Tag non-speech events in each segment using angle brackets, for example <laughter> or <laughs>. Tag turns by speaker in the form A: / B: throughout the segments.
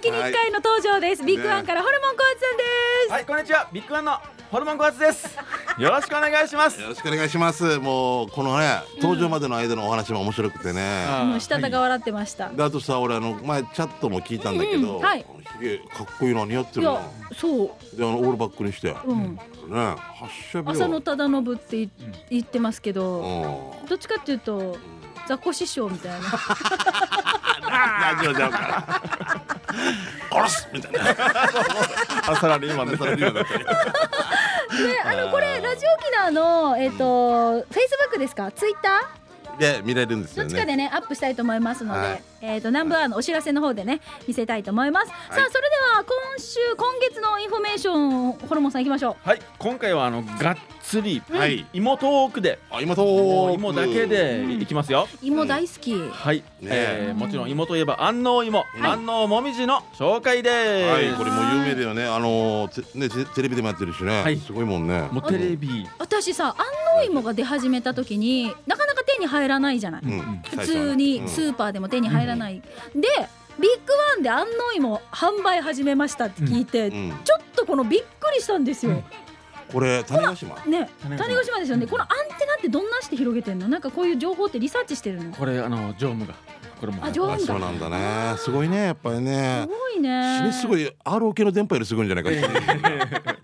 A: 一回の登場です、ビッグワンからホルモンコーツさんです、
B: はい、こんにちは。ビッグワンのホルモンコアツです。よろしくお願いします
C: よ。ろしくお願いしますもうこのね登場までの間のお話も面白くてね、
A: もうしたたが笑ってました、い、
C: だとさ俺あの前チャットも聞いたんだけど、
A: うんはい
C: ひげかっこいいな似合ってるな
A: やそう、
C: であのオールバックにして、ね
A: うん、
C: 発射秒
A: 浅野忠信ってい言ってますけど、どっちかっていうと雑魚師匠みたい <laughs> な
C: ラジオじゃんから殺すみたいな
B: あ、さらに今ね。
C: それで今だったよ
A: であのこれラジオ沖縄のえっ、と、フェイスブックですかツイッター
C: で見られるんです
A: ど
C: よ
A: っ
C: ね
A: ちかでねアップしたいと思いますので、
C: はい
A: えっ、とナンバーワンのお知らせの方でね見せたいと思います、
C: い
A: さあそれでは今週今月のインフォメーションホルモンさんいきましょ
B: はい、今回はあのがっつり、
C: はい
B: 芋トークで、
C: あ今と
B: もう芋だけでいきますよ。
A: う芋大好き、
B: はい、えーもちろん芋といえば安納芋、
C: い
B: 安納もみじの紹介です。
C: はいこれもう有名だよねあのてねテテレビでもやってるしね、
B: はい
C: すごいもんね
B: もうテレビ、
A: 私さ安納芋が出始めた時になかなか手に入らないじゃない、
C: うん
A: 普通にスーパーでも手に入らない、でビッグワンで安納芋販売始めましたって聞いて、
C: うんうん
A: ちょっとこのびっくりしたんですよ、
C: これ種子島
A: ね
B: 種子島
A: 種子島ですよね、このアンテナってどんなして広げてんのなんかこういう情報ってリサーチしてるの
B: これあの常務が、これも。
A: あ常務
C: あ
A: が
C: そうなんだねすごいねやっぱり
A: す
C: ね
A: ごいね
C: 死にすごい ROK の電波よりすごいんじゃないか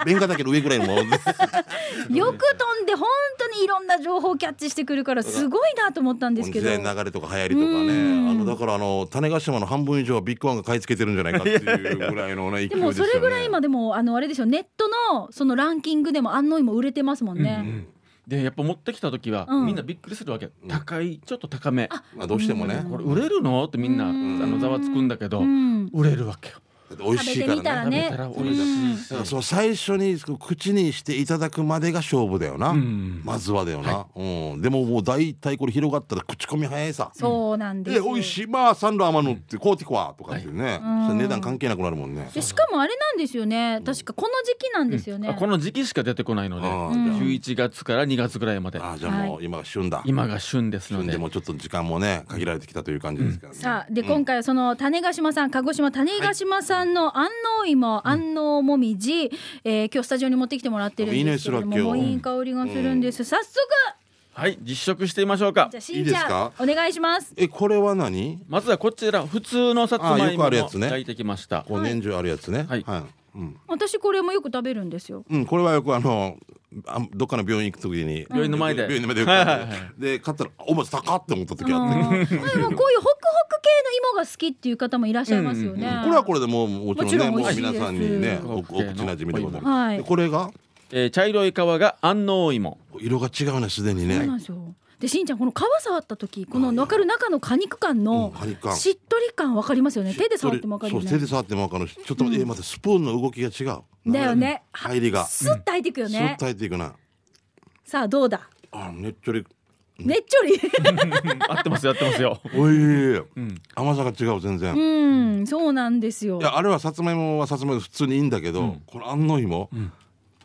C: レンガだけの上ぐらいのもので
A: よく
C: す
A: 飛んで本当にいろんな情報をキャッチしてくるからすごいなと思ったんですけ
C: 時
A: ど
C: 代の流れとか流行りとか
A: うん
C: ねあのだからあの種子島の半分以上はビッグワンが買い付けてるんじゃないかっていうぐらいのね勢い
A: で
C: ですよ
A: も
C: ね
A: それぐらい今でもあのあれでしょネットのそのランキングでも安納芋売れてますもんね、
B: でやっぱ持ってきた時は、
A: うん
B: みんなびっくりするわけ。
C: ん
B: 高い、ちょっと高め。
C: まあどうしてもね
B: これ売れるのってみんな、
A: うん
B: あのざわつくんだけど、
A: うん
B: 売れるわけよ。
C: だって美味しい
A: 食べてみた
C: からら
A: ね
C: ね
B: 食べたら美味しいし
C: だからその最初にこう口にしていただくまでが勝負だよな、
B: ん
C: まずはだよな、うん、でももう大体これ広がったら口コミ早いさ
A: そうなんです
C: で
A: よ
C: 美味しいまあサンド甘のってコーティコアとかっていうね、
A: うん
C: それ値段関係なくなるもんね
A: でしかもあれなんですよね確かこの時期なんですよね、
B: あこの時期しか出てこないので、
C: あ
A: うん
B: 11月から2月ぐらいまで
C: あじゃあもう今が旬だ、
B: 今が旬ですの
C: 旬
B: で
C: でもちょっと時間もね限られてきたという感じですからね、
A: さあで今回はその種子島さん鹿児島種子島さんの安納芋、安納もみじ、えー今日スタジオに持ってきてもらってるんですけれども
C: いい匂いするわ
A: も
C: 今
A: う
C: 日
A: いい香りがするんです、早速
B: はい実食してみましょうか
A: じゃあしんちゃんお願いします
C: えこれは何
B: まずはこちら普通のさつま
C: あ
B: い
C: よ
B: も
C: く
B: を
C: あるやつね
B: 焼いてきました、
C: こう年中あるやつね
B: はい
C: うん
A: 私これもよく食べるんですよ
C: うん、これはよくあのあどっかの病院行く時に
B: 病院の前で
C: 病院の前でよく
B: はいはい
C: あ
B: はい
C: るで買ったらお前高っって思った時あ
A: あ
C: って
A: ーでもこういうホクホク系の芋が好きっていう方もいらっしゃいますよね、
C: これはこれでもうもちろんね
A: も
C: もう
A: ちろん美味しい
C: 皆
A: です
C: さんにねおお
B: オッケーの
C: 口なじみでござい
A: は
C: ま
A: い
C: すでこれが
B: えー茶色い皮が安
C: <laughs>
B: 納芋
C: 色が違うねすでに
A: そうな
C: ね
A: んですよでしんちゃんこの皮触った時この分かる中の果肉感の
C: うん果肉感
A: しっとり感分かりますよね手で触っても分かるよ
C: そう手
A: ね
C: で触っても分かるしちょっと、え待ってスプーンの動きが違う
A: だよね
C: 入りがス
A: スッと入っていくよ
C: ッ
A: ね
C: と入っていくな
A: さあどうだ
C: あねっちょり
A: ねっちょ
C: <laughs>
A: り
B: うん合ってますよ合ってますよ
C: おいしい
B: ん
C: 甘さが違う全然
A: うんそうなんですよ
C: いやあれはさつまいもはさつまいもで普通にいいんだけど、この安納芋、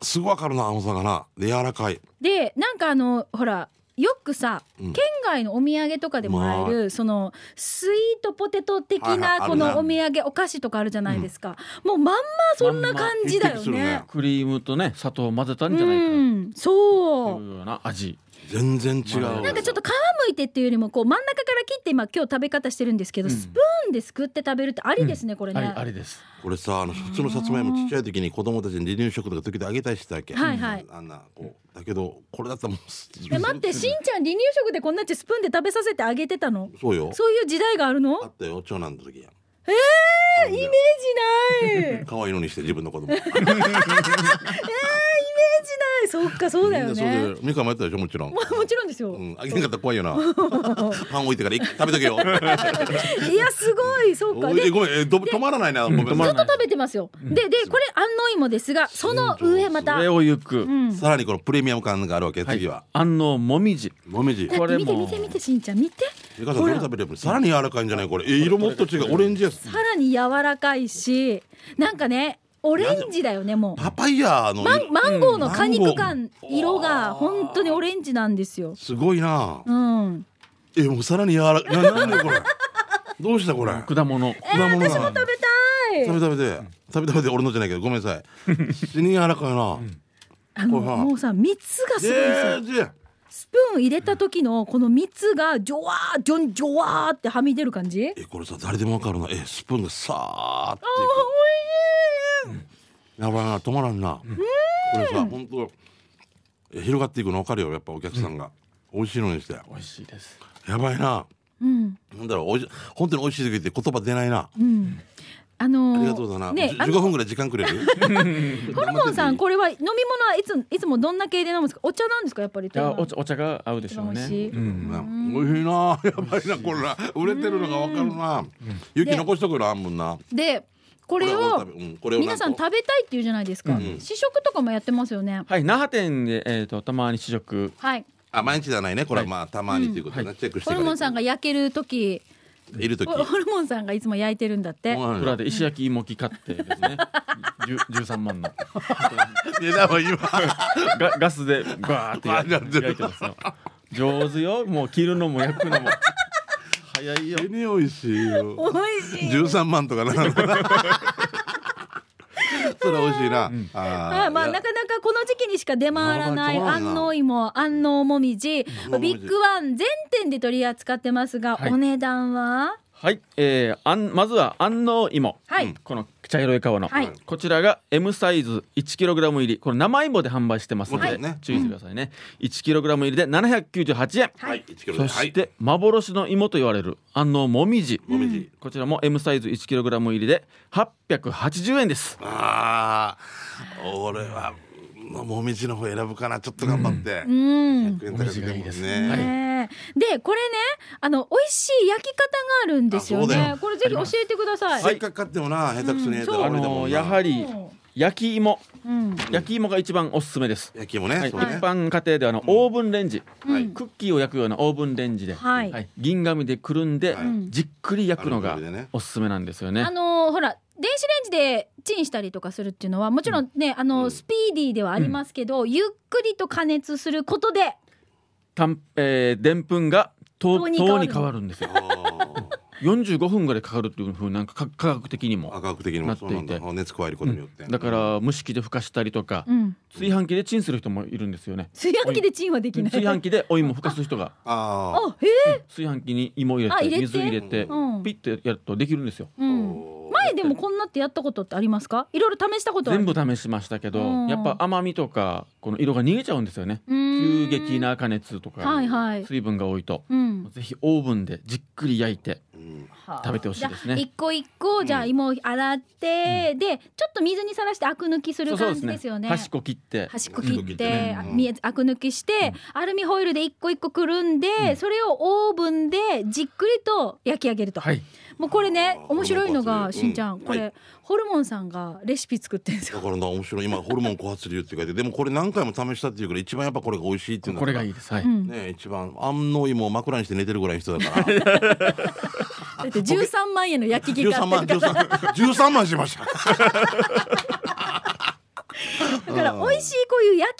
C: すぐ分かるな甘さがなで柔らかい
A: でなんかあのほらよくさ、県外のお土産とかでもらえる、そのスイートポテト的
C: はいはい
A: な
C: あ
A: こ
C: るね
A: のお土産お菓子とかあるじゃないですか、もうまんまそんな感じだよ
C: まんま
A: ね。
B: クリームとね砂糖を混ぜたんじゃ
A: う
B: ないか
A: ん、
B: と
A: そ
B: いうような味
C: 全然違う、
B: まあ
A: うなんかちょっと皮むいてっていうよりもこう真ん中から切って今今日食べ方してるんですけど、スプーンですくって食べるってありですね、これ
B: あり
A: ね
B: あ。りです
C: これさあの普通のさつまいもちっちゃい時に子供たちに離乳食とか時々あげたりしたわけ、
A: はいはい
C: あんなこうだけどこれだったらもう
A: え待ってしんちゃん離乳食でこんなっちスプーンで食べさせてあげてたの
C: <laughs> そうよ
A: そういう時代があるの
C: あったよ長男の時や
A: えイメージないイメージ
C: 可愛いのにして自分の子供
A: ないそっかそうだよ
C: みんなそ
A: ね
C: れで美香もやったでしょもちろん、
A: も <laughs> ちろんですよ、
C: うん、あげなかったら怖
A: <laughs>
C: いよなパン置いてから一気に食べとけよ
A: いやすごいそうか
C: お
A: で
C: い
A: ずっ
C: ごめんえど止まらないなごめん
B: 止まら
A: と
B: ない
A: 食べてますよででこれ安納芋ですがその上また
B: これを行く、
A: うん
C: さらにこのプレミアム感があるわけ、
B: はい
C: 次は
B: 安納もみじ
C: もみじ
A: だ
B: こ
A: って
B: れ
A: 見て
B: も
A: 見て見てしんちゃん見て
C: 美香さんどれ食べればさらに柔らかいんじゃないこれえ色もっと違うオレンジや
A: さ
C: す
A: らに柔らかいしなんかねオレンジだよねもう
C: パパイヤの
A: マンマンゴーの果肉
C: う
A: 感
C: ん
A: 色が本当にオレンジなんですよ
C: すごいな
A: うん
C: えもうさらに柔らかいななんでこれどうしたこれ
B: 果物
A: えー
C: 果物
A: 私
C: な
A: も食べたい
C: 食べ食べて食べ食べて俺のじゃないけどごめんなさい死に柔らかいな、
A: あの
C: これは
A: もうさ蜜がすごいんですよ
C: でで
A: スプーン入れた時のこの蜜がジョワージョンジョワーってはみ出る感じ
C: えこれさ誰でもわかるなえスプーンがさーっていくやばいな止まらんな、これさ本当え広がっていくの分かるよやっぱお客さんが、美味しいのにして
B: 美味しいです。
C: やばいな
A: うん
C: なんだろうおいし本当に美味しいすぎて言葉出ないな
A: うんあのー
C: ありがとうだな、
A: ね
C: じ
A: あ
C: ゅ15
A: の
C: 分ぐらい時間くれる
A: ホルモンさんこれは飲み物はいついつもどんな系で飲むんですかお茶なんですかやっぱり
B: いやお茶お茶が合うでしょ
A: 一
B: う
A: 番美味し
B: ね
A: い。
B: うん
C: うん美味しいなやばいなこれな売れてるのが分かるな雪残しとくのあんもんな
A: でこれを
C: これをうんこれをなんか
A: 皆さん食べたいって言うじゃないですか、試食とかもやってますよね
B: はい那覇店でえっとたまに試食。
A: はい
C: あ毎日じゃないねこれは
B: はい
C: まあたまにということでねチェックして
A: ホ
C: から
A: ルモンさんが焼ける時
C: いる時
A: ホホルモンさんがいつも焼いてるんだって
C: もう
B: プラで石焼き芋き買ってです
A: <laughs>
B: ね。十三万の
C: 値段は今
B: ガガスでガーって
C: ガー
B: 焼
C: って
B: い焼いてますよ。上手よ。もう切るのも焼くのも早いよ。
C: 手に美味しいよ
A: 美味しい
C: 十三万とかな
B: <laughs>
C: それ美味しいな
A: あ
C: あ
A: あまあなかなかこの時期にしか出回らない
C: なかなか出回らない
A: 安納芋安納もみじ
C: 納もみ
A: ビ
C: じ
A: ッグワン全店で取り扱ってますが、
B: はい
A: お値段は
B: はい、えー、あんまずは安納芋、
A: はい
B: うんこの茶色い皮の、
A: はい
B: こちらが M サイズ 1kg 入りこれ生芋で販売してますの
C: も
B: で、
C: ちろんね
B: 注意してくださいね、1kg 入りで798円、
C: はい一キロで
B: そ
C: は
B: し
C: い
B: て、幻の芋と言われる安納もみじ
C: もみじ
B: こちらも M サイズ 1kg 入りで880円です
C: ああ俺はもみじの方選ぶかなちょっと頑張って
A: うん
C: 100円
B: も
C: 高
B: み
C: く
B: じ
C: て
B: が
C: も
B: いいです
C: ね
B: はい
A: ねえでこれねあの美味しい焼き方があるんですよ
C: あそうだ
A: ね
C: よ
A: これぜひ教えてください、
C: せっかく買ってもな下手くそにやったら
B: あ
C: 俺でも
B: の
C: んな
B: ーやはり焼き芋
A: うん
B: 焼き芋が一番おすすめです、
C: 焼きも
B: は
C: ね
B: い、一
C: そうね
B: 般家庭ではあのオーブンレンジ、
C: はい
B: クッキーを焼くようなオーブンレンジで、
A: はい
B: 銀紙でくるんで、
C: はい
B: じっくり焼くの
C: ア
B: が
C: ルミでね
B: おすすめなんですよね
A: あ。のーほら電子レンジでチンしたりとかするっていうのはもちろんね、あのースピーディーではありますけど、ゆっくりと加熱することで
B: たんえーでんぷんが糖
A: 糖
B: 糖
A: に
B: に
A: 変わる
B: 変わるんですよ。
C: あー
B: 45分ぐらいかかるっていうふうになんかか科学的にも。
C: 科学的にもそうなんだ
B: なってい
C: 熱加えることによって
B: だから蒸し器でふかしたりとか、
A: うん
B: 炊飯器でチンする人もいるんですよね。
A: 炊飯器でチンはできない
B: 炊飯器でお芋ふかす人が
C: あ
A: <laughs>
C: あ
A: あへえ
B: 炊飯器に芋入れて
A: あ入れて
B: 水入れて、
A: うん
B: ピッてやるとできるんですよ。
A: うん
C: おー
A: 前でもこんなってやったことってありますかいろいろ試したことある
B: 全部試しましたけど、
A: うん
B: やっぱ甘みとかこの色が逃げちゃうんですよね。
A: うー
B: 急
A: ん
B: 激な加熱とか、
A: はいはい
B: 水分が多いと、
A: うん
B: ぜひオーブンでじっくり焼いて
C: うん
B: 食べてほしいですね
A: じゃあ一個一個じゃあ芋を洗って、でちょっと水にさらしてアク抜きする感じですよね
B: 端っこ切って
A: 端っこ切
C: 端っこ切
A: っ
C: ってて、
A: あ
C: ね
A: みアク抜きして、アルミホイルで一個一個くるんで、それをオーブンでじっくりと焼き上げると、
B: はい
A: もうこれね
C: あー
A: 面白いのが
C: うん
A: しんちゃんこれ、
C: はい
A: ホルモンさんがレシピ作ってるんです
C: だ
A: よ
C: からな面白い今ホルモン枯発流って書いてでもこれ何回も試したっていうから一番やっぱこれが美味しいっていうの
B: これがい
C: い
B: いですはい、
A: うん
C: ねえ一番安納芋を枕にして寝てるぐらいの人
A: <laughs>
C: だから
A: だって13万円の焼き器買
C: 13
A: って
C: 万
A: るか
C: 13 13万しました
A: らだから美味しいこういう焼き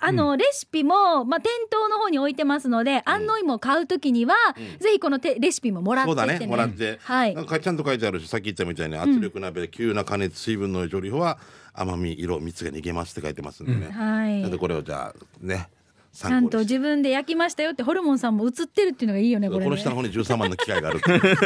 A: 方あのレシピも、まあ、店頭の方に置いてますので安納芋を買う時には、ぜひこのてレシピももらって
C: そう
A: きて
C: だ
A: ね
C: ねもらって
A: はい
C: なんかちゃんと書いてあるしさっき言ったみたいに圧力鍋で急な加熱水分の調理法は甘み色蜜が逃げますって書いてますんでね
A: はい
C: なんでこれをじゃあね
A: ちゃ
C: 参
A: ん
C: 考
A: と
C: にして
A: 自分で焼きましたよってホルモンさんも映ってるっていうのがいいよねこ
C: こ
A: れね
C: の下の方に13万の機械があるっていう
A: <laughs>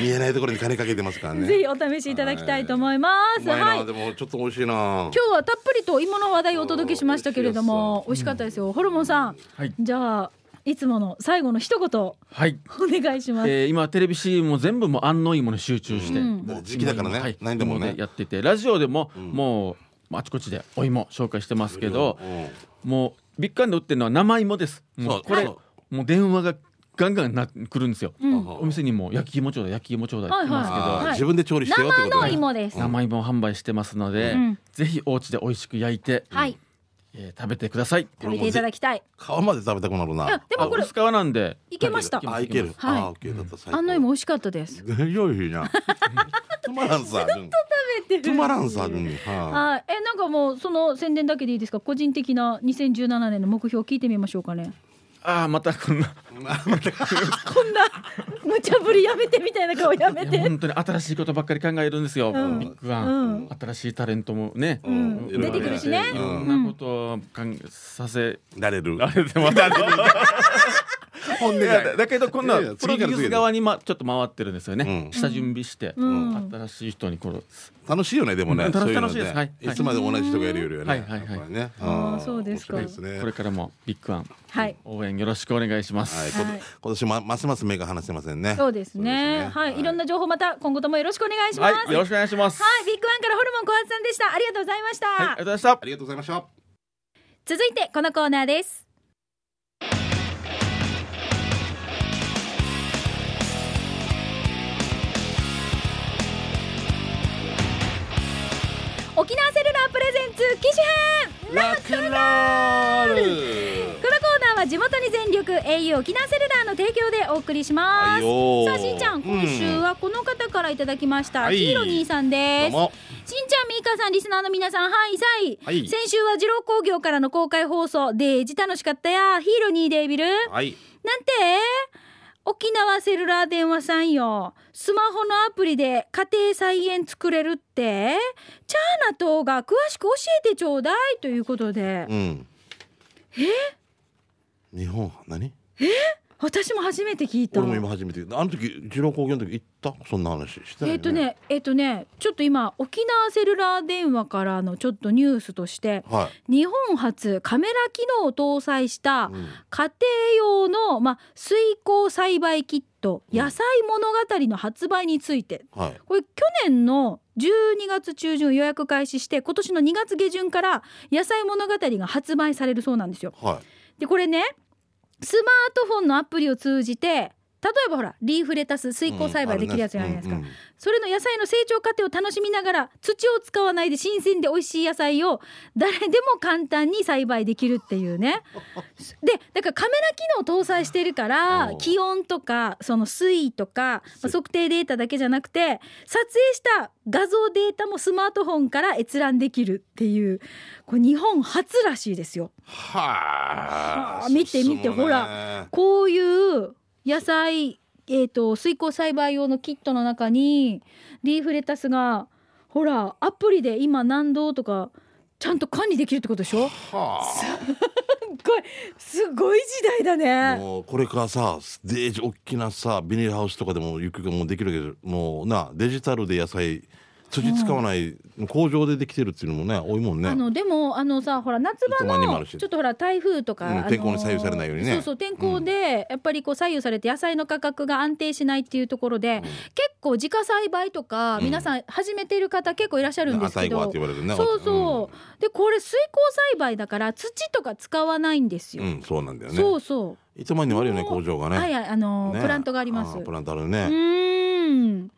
C: 見えないところに金かけてますからね
A: ぜひお試しいただきたいと思いま
C: う
A: す。
C: まいな、
A: はい。
C: でもちょっと美味しいな
A: 今日はたっぷりと芋の話題をお届けしましたけれども、美味しかったですよ。ホルモンさん、
B: はい
A: じゃあいつもの最後の一言お
B: はい
A: 願いします。
B: えー今テレビ CM も全部もう安納芋に集中して、
A: うん
B: もう
C: 時期だからね
B: 芋はい
C: ないんだもんね
B: 芋でやっててラジオでも、もうあちこちでお芋紹介してますけど、
C: うん
B: もうビッグカンで売ってるのは生芋です
C: そ
B: もう
C: う
B: これ
C: そ
B: もう電話がガンガンな来るんですよ、
A: うん
B: お店にも焼き芋ちょうだい焼き芋ちょうだいって言ってますけど、
C: あー
A: はい
C: 自分で調理してよって
A: 生
C: こと
A: の
C: ね
A: 芋です。
B: 生芋を販売してますので、
A: うん
B: ぜひお家で美味しく焼いて、
A: はい。
B: えー食べてください。
A: 食べていただきたい。
C: 皮まで食べたくなる
A: いや
C: な
A: でもこれ
B: あ薄皮なんで。
A: いけました。
B: あ
C: あいける
A: はい
C: あオッケーだった最高
A: あんの芋美味しかったです。
C: よいな止まらんさ止まらんさうんは
A: はい。えなんかもうその宣伝だけでいいですか。個人的な2017年の目標聞いてみましょうかね。
C: い
B: ああまたこんな
A: こんな無茶ぶりやめてみたいな顔やめ
B: いや
A: て。
B: 本当に新しいことばっかり考えるんですよ、
A: うん
B: ビッグワン、
A: うん
B: 新しいタレントもね、
A: うん
C: いろいろ
A: 出てくるしね
B: いろんなことを考えさせ
C: なれる
B: られてます、
C: <laughs> 本音
B: いや
C: だ
B: だだけどこんない
C: やいや
B: プロデュース側に、ま、ちょっと回ってるんですよね、
C: うん
B: 下準備して、
A: ん
B: 新しい人にこの
C: 楽しいよねでもね、
B: うん楽
C: そうい
B: し
C: うの
B: 楽しいですはい
C: ねいつまでも同じ人がやるよりはね、
B: はいはいはい
C: やっぱりね
A: あー
C: ん
A: そうですか
C: 面白いです
B: こ
C: ね
B: れからもビッグワン、
A: はい
B: 応援よろしくお願いします、
C: はい、こと
A: はい
C: 今年まますます目が離せませんね
A: そうですね。はい、いろんな情報また今後ともよろしくお願いします。
B: はいよろしくお願いします、
A: はい、ビッグワンからホルモン小発さんでした。ありがとうございました。
B: はいありがとうございました
C: ありがとうございました
A: 続いてこのコーナーです。沖縄セルラープレゼンツ機種編
C: ラックンロ
A: こ
C: ール
A: のコーナーは地元に全力 au 沖縄セルラーの提供でお送りしま
C: はい
A: す、
C: よー
A: さあしんちゃん今週はこの方からいただきました、
C: はい
A: ヒーロ兄さん
C: うんど
A: で
C: う
A: す
C: も
A: しんちゃん、みーかさん、リスナーの皆さん、はい、さい。
C: はい
A: 先週は二郎工業からの公開放送、デージ楽しかったや、ヒーローにデービル。なんて
C: はい
A: 沖縄セルラー電話さんよ。スマホのアプリで家庭菜園作れるってチャーナ等が詳しく教えてちょうだいということで。
C: うんえ日本何
A: 私も初めて聞いた。
C: 俺も今初めて聞いたあの時二郎工業の時行ったそんな話してない
A: え
C: よ
A: っとね、えっとね、ちょっと今、沖縄セルラー電話からのちょっとニュースとして、
C: は
A: 日本初カメラ機能を搭載した
C: い、うん
A: 家庭用の、まあ、水耕栽培キット
C: うん
A: 野菜物語の発売について
C: はい
A: これ去年の12月中旬予約開始して今年の2月下旬から野菜物語が発売されるそうなんですよ。
C: は
A: でこれねスマートフォンのアプリを通じて例えばほらリーフレタス
C: い
A: 水耕栽培できるやつじゃないですか、
C: うんあれね
A: それの野菜の成長過程を楽しみながら土を使わないで新鮮で美味しい野菜を誰でも簡単に栽培できるっていうねでだからカメラ機能を搭載してるから
C: おう
A: 気温とかその水位とか、まあ測定データだけじゃなくて撮影した画像データもスマートフォンから閲覧できるっていうこれ日本初らしいですよ。
C: は
A: はあ
C: あ
A: 見て見てほ
C: ら
A: こういう野菜、えー、と水耕栽培用のキットの中にリーフレタスがほらアプリで今何度とかちゃんと管理できるってことでしょ
C: は
A: すごいすごい時代だ
C: あ
A: ね。
C: もうこれからさデージ大きなさビニールハウスとかでもゆくゆくもうできるけどもうなデジタルで野菜土使わない、工場でできてるっていうのもね多いもんね
A: あのでもあのさほら夏場
C: いつもにもあ
A: の
C: るし
A: ちょっとほら台風とか、
C: うん
A: あの
C: 天候に左右されないようにね
A: そうそう天候でやっぱりこう左右されて野菜の価格が安定しないっていうところで、結構自家栽培とか
C: うん
A: 皆さん始めている方結構いらっしゃるんですけ
C: 最後
A: ど、
C: はって言われるね
A: そうそう、でこれ水耕栽培だから土とか使わないんです
C: う
A: よ、
C: ん、うんそうなんだよね
A: そうそ
C: いつまにもあるよね
A: もう
C: 工場が
A: う、
C: ね、
A: はいはいあのー
C: ね
A: プラントがあります
C: あ
A: う
C: ープラントあるね、
A: ーん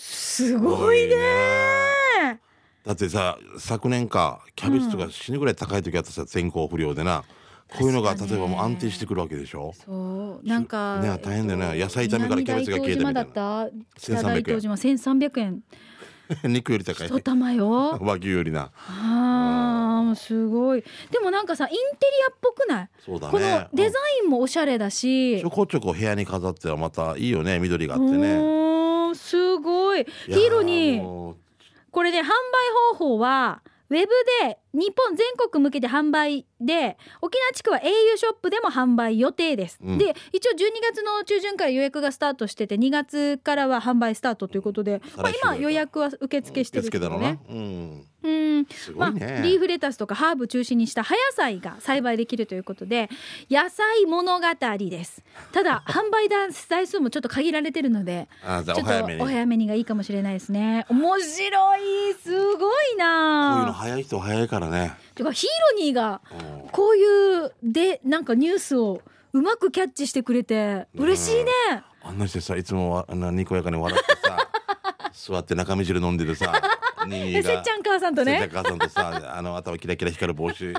A: すごいね
C: だってさ昨年かキャベツとか死ぬぐらい高い時あったさ天候不良でな、こういうのが
A: 確かに
C: 例えばもう安定してくるわけでしょ
A: そうなんか、
C: ね大変だよね野菜炒めからキャベツが消えたみたいな
A: 南大東島だった北
C: 1300
A: 大
C: 円
A: 東島1300円
C: <laughs> 肉より高い
A: 一玉
C: <laughs>
A: よ
C: 和牛よりな
A: あーすごいでもなんかさインテリアっぽくない、
C: そうだ
A: この
C: ね
A: デザインもおしゃれだし、
C: ちょこちょこ部屋に飾ってはまたいいよね緑があってね
A: おーすごいヒーロー
C: いや
A: に
C: ーもう
A: これね販売方法はウェブで日本全国向けて販売で沖縄地区は au ショップでも販売予定です、
C: うん
A: で一応12月の中旬から予約がスタートしてて2月からは販売スタートということで、まあ
C: 再来、週
A: 今予約は受付してるけ
C: 受付だ
A: ど
C: ろう
A: ね
C: なうん
A: うん
C: す
A: ま
C: ご
A: あ、リ
C: いね
A: ーフレタスとかハーブ中心にした葉野菜が栽培できるということで野菜物語ですた
C: <laughs>
A: だ販売台数もちょっと限られてるので
C: あーじゃあ
A: ちょっ
C: お
A: と
C: 早めに
A: お
C: こういう
A: 早めにがいいかもしれないですね面白いすごい
C: の
A: な
C: 早い人は早いからね
A: てかヒーローにーが
C: うん
A: こういうでなんかニュースをうまくキャッチしてくれて嬉しいね
C: あんな人さいつもわあんなにこやかに笑って
A: <laughs>
C: さ座って中身汁飲んでるさ
A: え
C: に
A: せっちゃん母さんと
C: せ
A: ね
C: っちゃん母さんとさあの頭キラキラ光る帽子
A: いや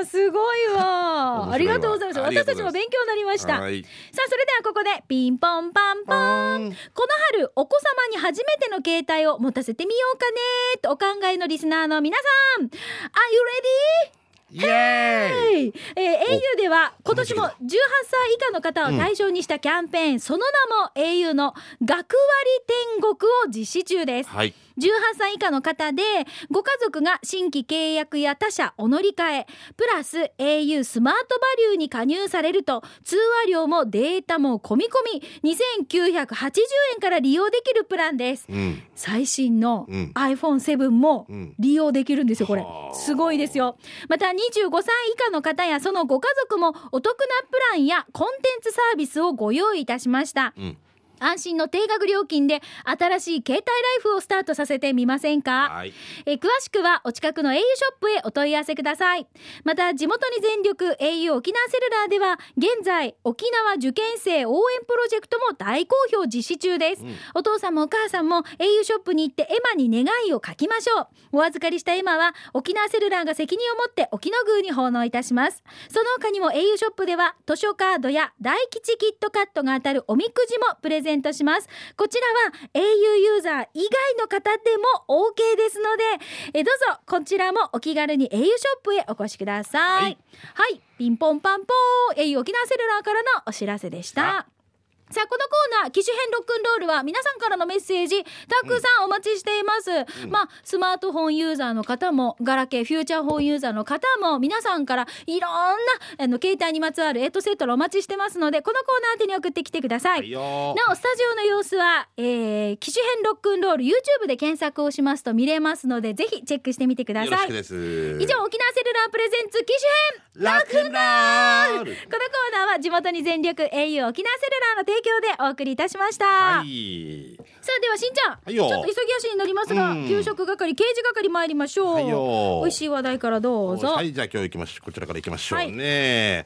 A: ーすごいわ
C: 面白いわ
A: ありがとうございました
C: ありが
A: 私
C: と
A: たち
C: うござい
A: も
C: ます
A: 勉強になりました
C: はい
A: さあそれではここでピンポンパンポンこの春お子様に初めての携帯を持たせてみようかねとお考えのリスナーの皆さん Are you
C: イエーイ
A: ready? はい、えー、au では今年も18歳以下の方を対象にしたキャンペーン、その名も au の学割天国を実施中です
C: はい。
A: 18歳以下の方でご家族が新規契約や他社お乗り換えプラス au スマートバリューに加入されると通話料もデータも込み込み2980円から利用できるプランです
C: うん。
A: 最新の
C: うん
A: iPhone7 も
C: うん
A: 利用できるんですよこれ
C: はあ
A: すごいですよまた25歳以下の方やそのご家族もお得なプランやコンテンツサービスをご用意いたしました
C: うん。
A: 安心の定額料金で新しい携帯ライフをスタートさせてみませんか
C: はい。
A: えー詳しくはお近くの au ショップへお問い合わせくださいまた地元に全力 au 沖縄セルラーでは現在沖縄受験生応援プロジェクトも大好評実施中です、
C: うん
A: お父さんもお母さんも au ショップに行ってエマに願いを書きましょうお預かりしたエマは沖縄セルラーが責任を持って沖縄宮に奉納いたしますその他にも au ショップでは図書カードや大吉キットカットが当たるおみくじもプレゼントしますこちらは au ユーザー以外の方でも OK ですのでえどうぞこちらもお気軽に au ショップへお越しくださいは
C: はいい、
A: ピンポンパンポー au 沖縄セルラーからのお知らせでしたさあこのコーナー機種編ロックンロールは皆さんからのメッセージたくさんお待ちしています、まあスマートフォンユーザーの方もガラケーフューチャーフォンユーザーの方も皆さんからいろんなあの携帯にまつわるエトセトラお待ちしてますのでこのコーナー宛てに送ってきてください、
C: はいよー。
A: なおスタジオの様子は、えー、機種編ロックンロール YouTube で検索をしますと見れますのでぜひチェックしてみてくだ
C: よろ
A: さ
C: し
A: い
C: く
A: 以
C: です。
A: 上沖縄セルラープレゼンツ機種編
C: ラクンラ
A: この
C: ール。
A: コーナーは地元に全力 au 沖縄セルラーの提供でお送りいたしました、
C: はい。
A: さあではしんちゃん、
C: はい
A: ちょ
C: よ
A: っと急ぎ足になりますが、
C: うん
A: 給食係刑事係参りましょう、
C: はいよ
A: 美味しい話題からどうぞ、
C: はい、じゃあ今日行きましょう。こちらから行きましょうね。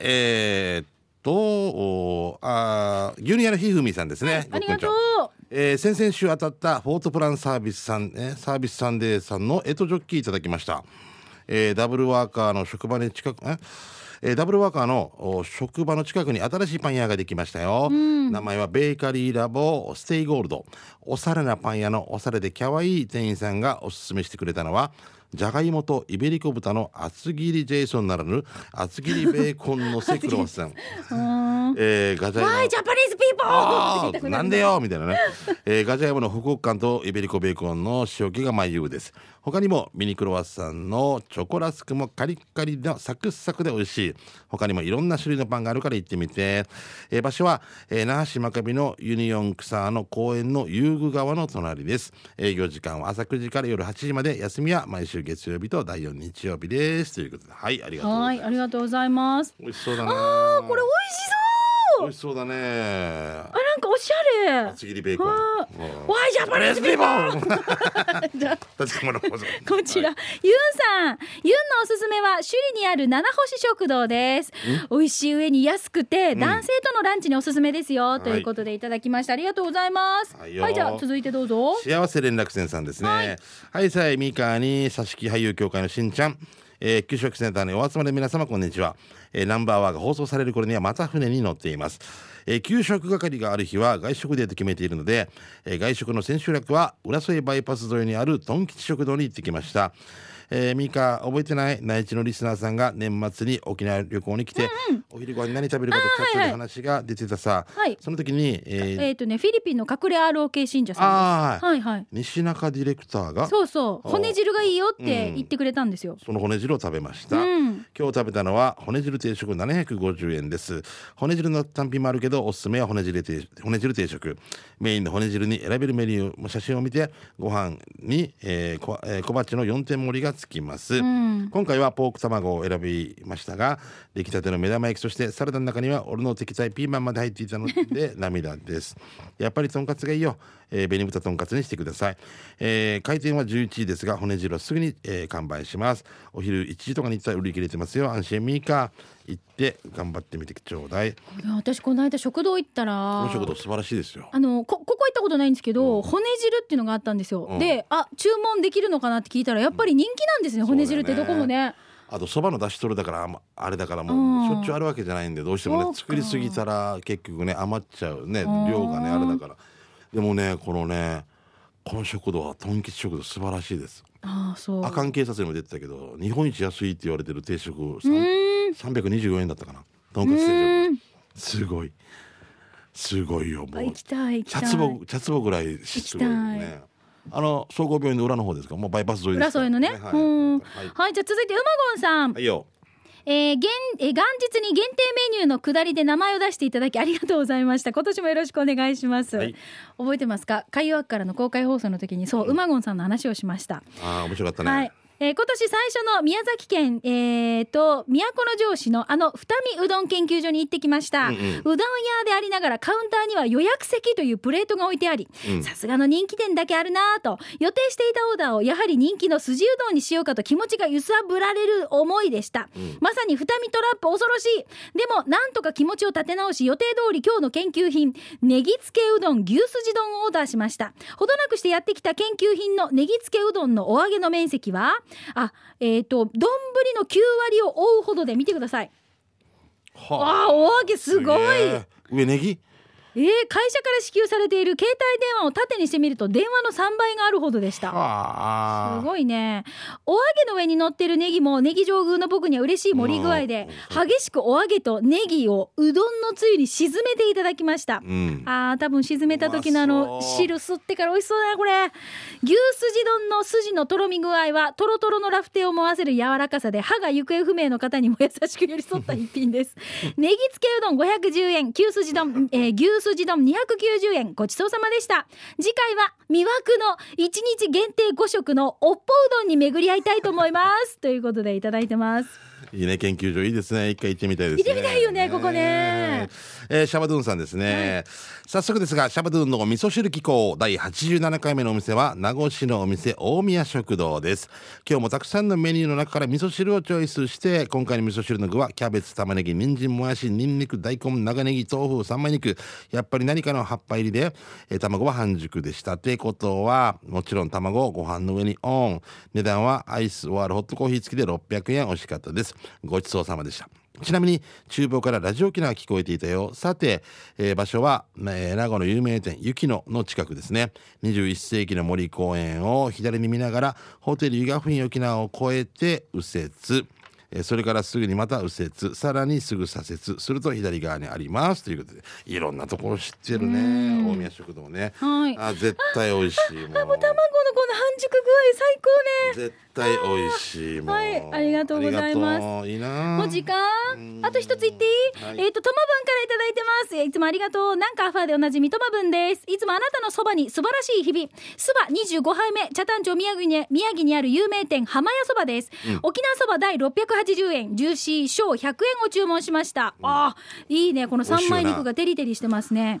C: えーっと、おーあー牛乳屋のひふみさんですね。
A: ありがとう
C: ごくんちゃんえー先々週当たったフォートプランサービスさん、えーサービスサンデーさんのエトジョッキーいただきました。えーダブルワーカーの職場に近く、ええーダブルワーカーのお職場の近くに新しいパン屋ができましたよ、名前はベーカリーラボステイゴールドおしゃれなパン屋のおしゃれで可愛い店員さんがおすすめしてくれたのはじゃがいもとイベリコ豚の厚切りジェイソンならぬ厚切りベーコンのセクロワッサン、えーガジャイモ
A: はいジャパニーズピーポーっ
C: あ
A: て言いた
C: ー
A: くる
C: なんでよみたいなね、えーガジャヤムのホクホク感とイベリコベーコンの塩気がマイユーです他にもミニクロワッサンのチョコラスクもカリッカリのサクッサクで美味しい他にもいろんな種類のパンがあるから行ってみて、えー場所は、えー那覇市真壁のユニオン草の公園の遊具川の隣です営業時間は朝9時から夜8時まで休みは毎週月曜日と第4日曜日ですということではいありがとうご
A: は
C: ざい
A: い
C: ます
A: ありがとうございます
C: 美味しそうだね
A: あーこれ美味しそう
C: 美味しそうだね
A: あなんかおしゃれ
C: 厚切りベーコン
A: わー
C: うん
A: わいジャパニーズピーポ
C: ー
A: ーじゃあ
C: <laughs> 確かにこ
A: こちら、ユンさんユンのおすすめは首里にある七星食堂です美味しい上に安くて、男性とのランチにおすすめですよ、ということでいただきましたありがとうございますは
C: はいい
A: じ
C: よ
A: ゃあ続いてどうぞ
C: 幸せ連絡船さんですねはい、さえみかに挿し木俳優協会のしんちゃんえー、給食センターにお集まりの皆様こんにちは、えー、ナンバーワーが放送される頃にはまた船に乗っています、えー、給食係がある日は外食デーと決めているので、えー、外食の千秋楽は浦添バイパス沿いにあるトン吉食堂に行ってきましたえー、ミカ覚えてない内地のリスナーさんが年末に沖縄旅行に来て、お昼ご飯に何食べるかとキャッチャーで話が出てたさ、
A: はい
C: その時に、えー
A: えっ、とねフィリピンの隠れ ROK 信者さん
C: あ
A: です
C: あ、
A: はいはい
C: 西中ディレクターがそ
A: そうそう
C: あー
A: 骨汁がいいよって言ってくれたんですよ、
C: の骨汁を食べました、
A: うん
C: 今日食べたのは骨汁定食750円です骨汁の単品もあるけどおすすめは骨汁定骨汁定食メインの骨汁に選べるメニューも写真を見てご飯に、えーこえー小鉢の4点盛りがつきます、
A: ん
C: 今回はポーク卵を選びましたが出来たての目玉焼きそしてサラダの中には俺の敵対ピーマンまで入っていたので涙です <laughs> やっぱりとんかつがいいよ、えー、紅豚とんかつにしてください、えー、開店は11時ですが骨汁はすぐに、えー完売しますお昼1時とかに行ったら売り切れてますよ安心ミーカー行って頑張ってみてちょうだ
A: い
C: い
A: や私この間食堂行った
C: こ
A: ら
C: の食堂素晴らしいですよ
A: あのこここ行ったことないんですけど、骨汁っていうのがあったんですよ、
C: うん
A: であ注文できるのかなって聞いたらやっぱり人気なんですね、
C: ん
A: 骨汁ってどこもね
C: あとそばの出し取るだからあんまあれだから
A: う
C: も
A: ん
C: うしょっちゅうあるわけじゃないんでどうしても
A: そう
C: ね
A: か
C: 作りすぎたら結局ね余っちゃうね
A: うん
C: 量がねあれだからでもねこのねこの食堂はとんきち食堂素晴らしいです
A: ああそう
C: 阿寒警察にも出てたけど日本一安いって言われてる定食
A: う
C: さん324円だったかなとん
A: う
C: かつ定
A: ーん
C: 食すごいすごいよも
A: あ
C: う
A: 行きたい行き
C: 茶
A: たい
C: 壺茶壺ぐらいすごいよ
A: 行きた
C: ねあの総合病院の裏の方ですかもうバイパス沿いで
A: 裏
C: すか
A: 添えのね
C: は
A: う
C: い
A: ん
C: はい
A: はいじゃあ続いてうまごんさん
C: はいよ
A: えー、現えー元日に限定メニューの下りで名前を出していただきありがとうございました今年もよろしくお願いします、
C: はい
A: 覚えてますか海洋からの公開放送の時にそう、うまごんさんの話をしました、
C: ああ面白かったね、
A: はいえー今年最初の宮崎県、えー、と都城市のあの二見うどん研究所に行ってきました、
C: うんうん
A: うどん屋でありながらカウンターには予約席というプレートが置いてあり
C: うん
A: さすがの人気店だけあるなぁと予定していたオーダーをやはり人気の筋うどんにしようかと気持ちが揺さぶられる思いでした、
C: うん
A: まさに二見トラップ恐ろしいでもなんとか気持ちを立て直し予定通り今日の研究品ネギつけうどん牛すじ丼をオーダーしましたほどなくしてやってきた研究品のネギつけうどんのお揚げの面積はあえっ、と丼の9割を覆うほどで見てください
C: はあ
A: あーお揚げすごい
C: げえ上ネギ
A: えー会社から支給されている携帯電話を縦にしてみると電話の3倍があるほどでした
C: はあ
A: すごいねお揚げの上に乗ってるネギもネギ上宮の僕には嬉しい盛り具合で激しくお揚げとネギをうどんのつゆに沈めていただきました
C: うん
A: あー多分沈めた時のあ
C: う
A: の
C: まそう
A: 汁吸ってから美味しそうだなこれ牛すじ丼の筋のとろみ具合はとろとろのラフテーを思わせる柔らかさで歯が行方不明の方にも優しく寄り添った一品です
C: <laughs>
A: ネギつけうどん510円牛すじ丼、えー牛すじ丼290円ごちそうさまでした次回は魅惑の1日限定5食のおっぽうどんに巡り合いたいと思いますということでいただいてます
C: いいね研究所いいですね一回行ってみたいですね
A: 行ってみたいよねここね
C: えーシャバドゥンさんですね、早速ですがシャバドゥンの味噌汁機構第87回目のお店は名護市のお店大宮食堂です今日もたくさんのメニューの中から味噌汁をチョイスして今回の味噌汁の具はキャベツ玉ねぎ人参もやしにんにく大根長ネギ豆腐三枚肉やっぱり何かの葉っぱ入りで、えー卵は半熟でしたってことはもちろん卵をご飯の上にオン値段はアイスワールホットコーヒー付きで600円美味しかったですごちそうさまでしたちなみに厨房からラジオ機能が聞こえていたよさて、えー場所は、えー名護の有名店雪乃の近くですね21世紀の森公園を左に見ながらホテル湯河府沖縄を越えて右折えーそれからすぐにまた右折さらにすぐ左折すると左側にありますということでいろんなところ知ってるね大宮食堂ね
A: はい
C: あ絶対美味しいもう
A: あもう卵のこの半熟具合最高ね
C: 絶対美味しいもう
A: はいありがとうございます
C: ありがとういいな
A: もう時間
C: うん
A: あと一つ言っていい、
C: はい
A: えっ、とトマブンからいただいてますえーいつもありがとうなんかアファーでおなじみトマブンですいつもあなたのそばに素晴らしい日々そば25杯目茶炭町宮城に宮城にある有名店浜屋そばです、沖縄そば第680円ジューシー小100円を注文しました、あーいいねこの三枚肉がテリテリしてますね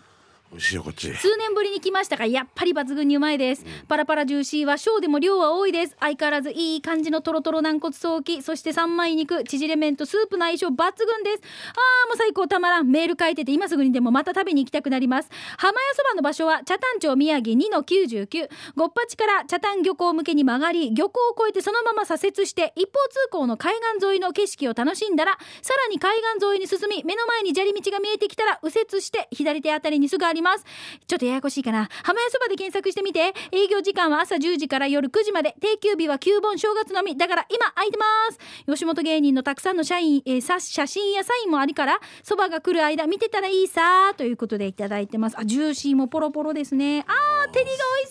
C: 美味しいよこっち
A: 数年ぶりに来ましたがやっぱり抜群にうまいです、パラパラジューシーは小でも量は多いです相変わらずいい感じのトロトロ軟骨早期そして三枚肉縮れ麺とスープの相性抜群ですあーもう最高たまらんメール書いてて今すぐにでもまた食べに行きたくなります浜屋そばの場所は茶炭町宮城2の99ごっぱちから茶炭漁港向けに曲がり漁港を越えてそのまま左折して一方通行の海岸沿いの景色を楽しんだらさらに海岸沿いに進み目の前に砂利道が見えてきたら右折して左手あたりにすぐありますちょっとややこしいかな浜屋そばで検索してみて営業時間は朝10時から夜9時まで定休日は旧盆正月のみだから今空いてます吉本芸人のたくさんの社員、えーさ写真やサインもありからそばが来る間見てたらいいさということでいただいてますあジューシーもポロポロですねあー照りが美味し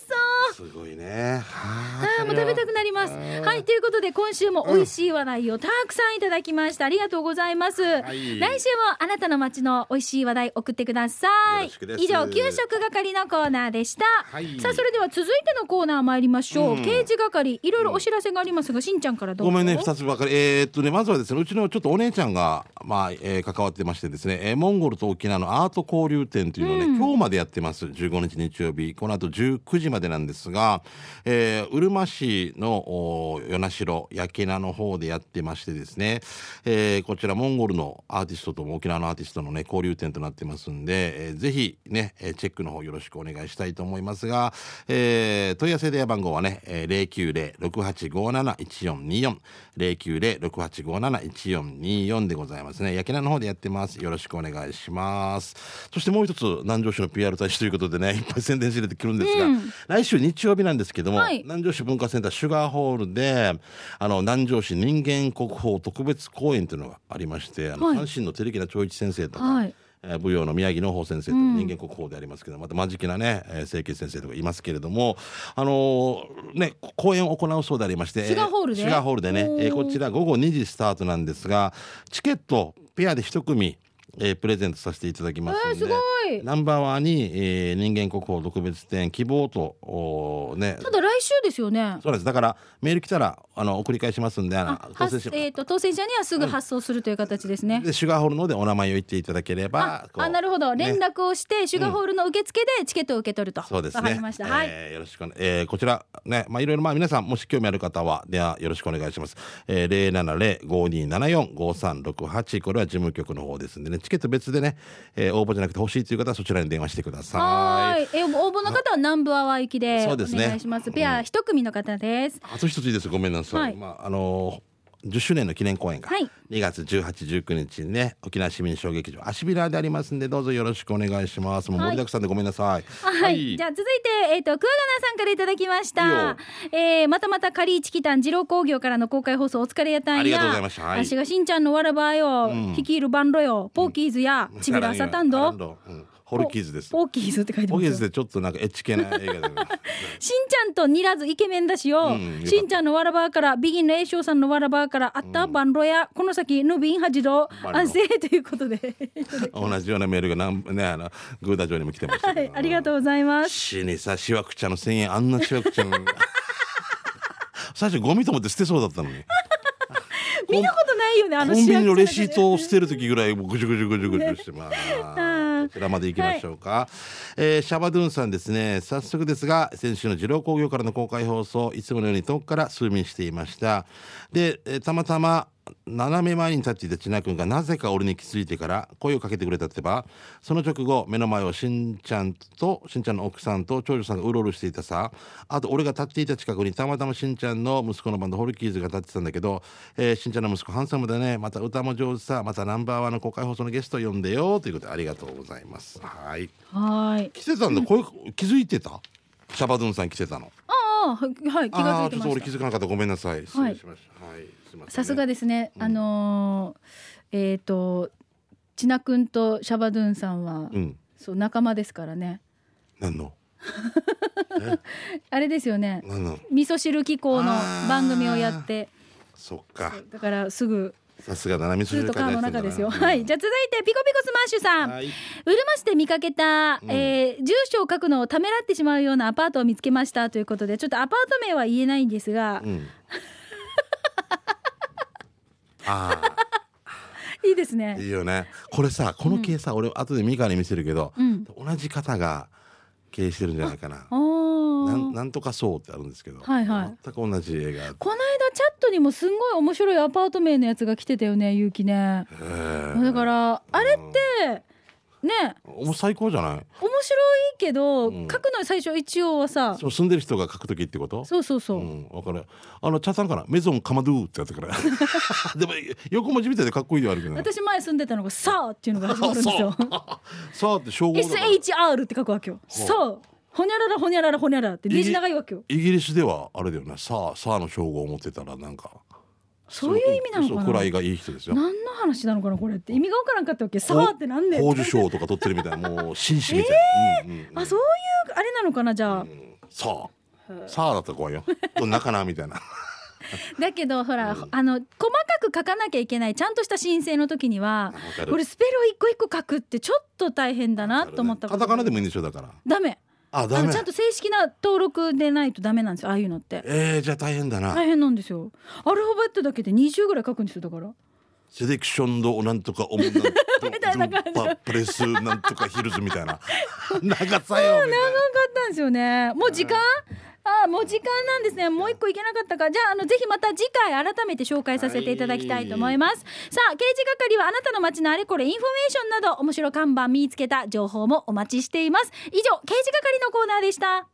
A: そう
C: すごいねは
A: あーもう食べたくなります。はいということで今週も美味しい話題をたくさんいただきました。ありがとうございます。
C: い
A: 来週もあなたの街の美味しい話題送ってくださ
C: よ
A: い
C: ろしく。です
A: 以上給食係のコーナーでした。
C: い
A: さあそれでは続いてのコーナー参りましょう。刑事係いろいろお知らせがありますが、しんちゃんからどうぞ。
C: ごめんね2つばかりえーっとねまずはですねうちのちょっとお姉ちゃんが、まあえー関わってましてですね、えーモンゴルと沖縄のアート交流展というのをね、今日までやってます15日日曜日この後19時までなんですが、えーうるま市のおー与那城やけなの方でやってましてですね、えーこちらモンゴルのアーティストとも沖縄のアーティストのね交流展となってますんで、えーぜひね、ね、えーチェックの方よろしくお願いしたいと思いますが、えー問い合わせ電話番号はね、えー、090-6857-1424 090-6857-1424でございますねやけなの方でやってますよろしくお願いしますそしてもう一つ南城市の PR 大使ということでねいっぱい宣伝し入れてくるんですが、来週日曜日なんですけども、
A: はい
C: 南城市文化センターシュガーホールであの南城市人間国宝特別公演というのがありましてあの
A: はい
C: 阪神の照木な長一先生とか、
A: はい
C: えー舞踊の宮城農法先生という人間国宝でありますけど、また間近なね、えー清家先生とかいますけれども、あのーね、こ講演を行うそうでありまして、
A: シュガーホールで
C: えシュガーホールでね、
A: おー
C: えーこちら午後2時スタートなんですが、チケットペアで一組、えープレゼントさせていただきますの
A: えー
C: で、
A: すごい
C: ナンバーワンに、えー人間国宝特別展希望と、おーね、
A: ただ来週ですよね
C: そうです。だからメール来たら、あの、送り返しますんで、あの
A: あ、
C: 当
A: 発
C: 選し
A: えー、と当選者にはすぐ発送するという形ですね、
C: で、シュガーホールの方でお名前を言っていただければ
A: あ、
C: こう
A: あなるほど
C: ね
A: 連絡をして、シュガーホールの受付でチケットを受け取ると
C: そうですね。
A: わかりました、はい
C: えーよろしくおね、えーこちらね、まあいろいろまあ皆さんもし興味ある方はではよろしくお願いします。え零七零五二七四五三六八これは事務局の方ですんでね、チケット別でね、えー応募じゃなくて欲しいという方はそちらに電話してください。
A: はーいえー応募の方は南部阿波行きで
C: そ
A: お
C: うですね
A: 願いしますペア一組の方です、
C: あと一ついいですかごめんなさい。
A: はい
C: まああのー10周年の記念公演が
A: はい
C: 2月18、19日にね沖縄市民小劇場アシビラでありますんでどうぞよろしくお願いしますもう盛りだくさんでごめんなさい
A: はい、じゃあ続いて、えっ、と、クワガナさんからいただきまし
C: いい
A: た
C: よ。
A: えーまたまたカリーチキタン、二郎工業からの公開放送お疲れやたんや。
C: ありがとうございましたはい
A: 私がしんちゃんのわらばよ、率いるバンドよ、ポーキーズや、ちびらサタン
C: <laughs> アラ
A: ド。
C: ンドうんホルキーズです
A: ポーキーズって書いて
C: ポ
A: ま
C: ケ
A: す
C: ズ
A: よ。
C: でちょっとなんかエッチ系な映画だね
A: <laughs> しんちゃんとニラズイケメンだしよ、
C: ん
A: しんちゃんのわらばからビギンの栄翔さんのわらばからあった、バンドやこの先ヌビンハジド
C: バンド
A: 安静ということで
C: 同じようなメールがなんねあのグーダ城にも来てました
A: は
C: け
A: い
C: ど、
A: ありがとうございます
C: 死にさしわくちゃの千円あんなしわくちゃの最初ゴミと思って捨てそうだったの
A: <laughs>
C: に
A: 見たことないよねあ
C: コン
A: の
C: ビニ
A: 市
C: の
A: 役所で
C: レシートを捨てる時ぐらいもうぐじゅぐじゅぐじゅぐじ
A: <laughs>
C: ゅしてまあこちらまで行きましょうか、えーシャバドゥンさんですね早速ですが先週の二郎工業からの公開放送いつものように遠くから数眠していましたで、えーたまたま斜め前に立っていた千奈君がなぜか俺に気づいてから声をかけてくれたってばその直後目の前をしんちゃんとしんちゃんの奥さんと長女さんがうろうろしていたさあと俺が立っていた近くにたまたましんちゃんの息子のバンドホルキーズが立ってたんだけど、えーしんちゃんの息子ハンサムだねまた歌も上手さまたナンバーワンの公開放送のゲスト呼んでよということでありがとうございますはい
A: はい
C: 来てたんだ声気づいてたシャバドゥンさん来てたの
A: ああはい気が
C: あ
A: 付い
C: あー
A: て
C: ちょ
A: ま
C: っと
A: し
C: 俺
A: た
C: 気づかなかったごめんなさい失礼しましたはい、すいませんね
A: さすがですね、あのーえっ、と千奈君とシャバドゥンさんは、
C: うん
A: そう仲間ですからね
C: 何の
A: あれですよね
C: 何の
A: 味噌汁機構の
C: あー
A: 番組をやって
C: そっか
A: だからすぐ
C: さすが七海
A: スーとカーの中ですよ、
C: うん
A: はいじゃあ続いてピコピコスマッシュさん、
C: はい。
A: うるま市で見かけた、えー住所を書くのをためらってしまうようなアパートを見つけましたということでちょっとアパート名は言えないんですが、
C: うん。あ
A: いいです
C: あ、い
A: ね
C: いよね。これさ、この系さ、俺後でミカに見せるけど、
A: うん
C: 同じ方が経営してるんじゃないかな。
A: あ
C: なん、
A: ー
C: なんとかそうってあるんですけど、
A: はいはい
C: 全く同じ映画。
A: この間チャットにもすんごい面白いアパート名のやつが来てたよねゆうきね
C: えー
A: だからあれってね
C: おもう最高じゃない。
A: 面白いけど、
C: ん
A: 書くの最初一応はさ
C: そう住んでる人が書くときってこと。
A: そうそうそう、
C: うん、わかる。あの、チャさんかな、メゾンカマドゥってやってから。 <laughs> でも、横文字みたいでかっこいいではあるけどね。
A: 私前住んでたのが「さあ」っていうのが始まるんです
C: <laughs>
A: よ <laughs>
C: さあって、称号だから。
A: SHR って書くわけよ「さあ」「ほにゃららほにゃららほにゃらら」ってデジ長いわけよ
C: イギリスではあれだよねさあさあの称号を持ってたらなんか
A: そういう意味なの
C: そう
A: か
C: くらい
A: な
C: がいい人ですよ
A: 何の話なのかなこれって意味がわからんかったわけ「さあ」ってなんで
C: ほう宝珠賞とか取ってるみたいなもう紳士みたいな、うんうんうん
A: あそういうあれなのかなじゃあ、
C: さあさあだったら怖いよどんなかなみた
A: <laughs>
C: いな
A: だけどほら、あの細かく書かなきゃいけないちゃんとした申請の時には
C: わかる
A: これスペルを一個一個書くってちょっと大変だなと思ったこ
C: カ
A: と
C: タカナでもいいんでしょだから
A: ダメ
C: あ
A: あ
C: ダ
A: の
C: メ
A: ちゃんと正式な登録でないとダメなんですよああいうのって
C: えー、じゃあ大変だな、
A: 大変なんですよアルファベットだけで20ぐらい書くんですよだから
C: セレクションドなんとかオムなん
A: <laughs>
C: と
A: たいな感じ
C: ドゥンパプレス <laughs> なんとかヒルズみたいな長さよみたい
A: 長
C: な
A: かったんですよねもう時間ああもう時間なんですねもう一個いけなかったかじゃああのぜひまた次回改めて紹介させていただきたいと思います、さあ刑事係はあなたの街のあれこれインフォメーションなど面白看板見つけた情報もお待ちしています以上刑事係のコーナーでした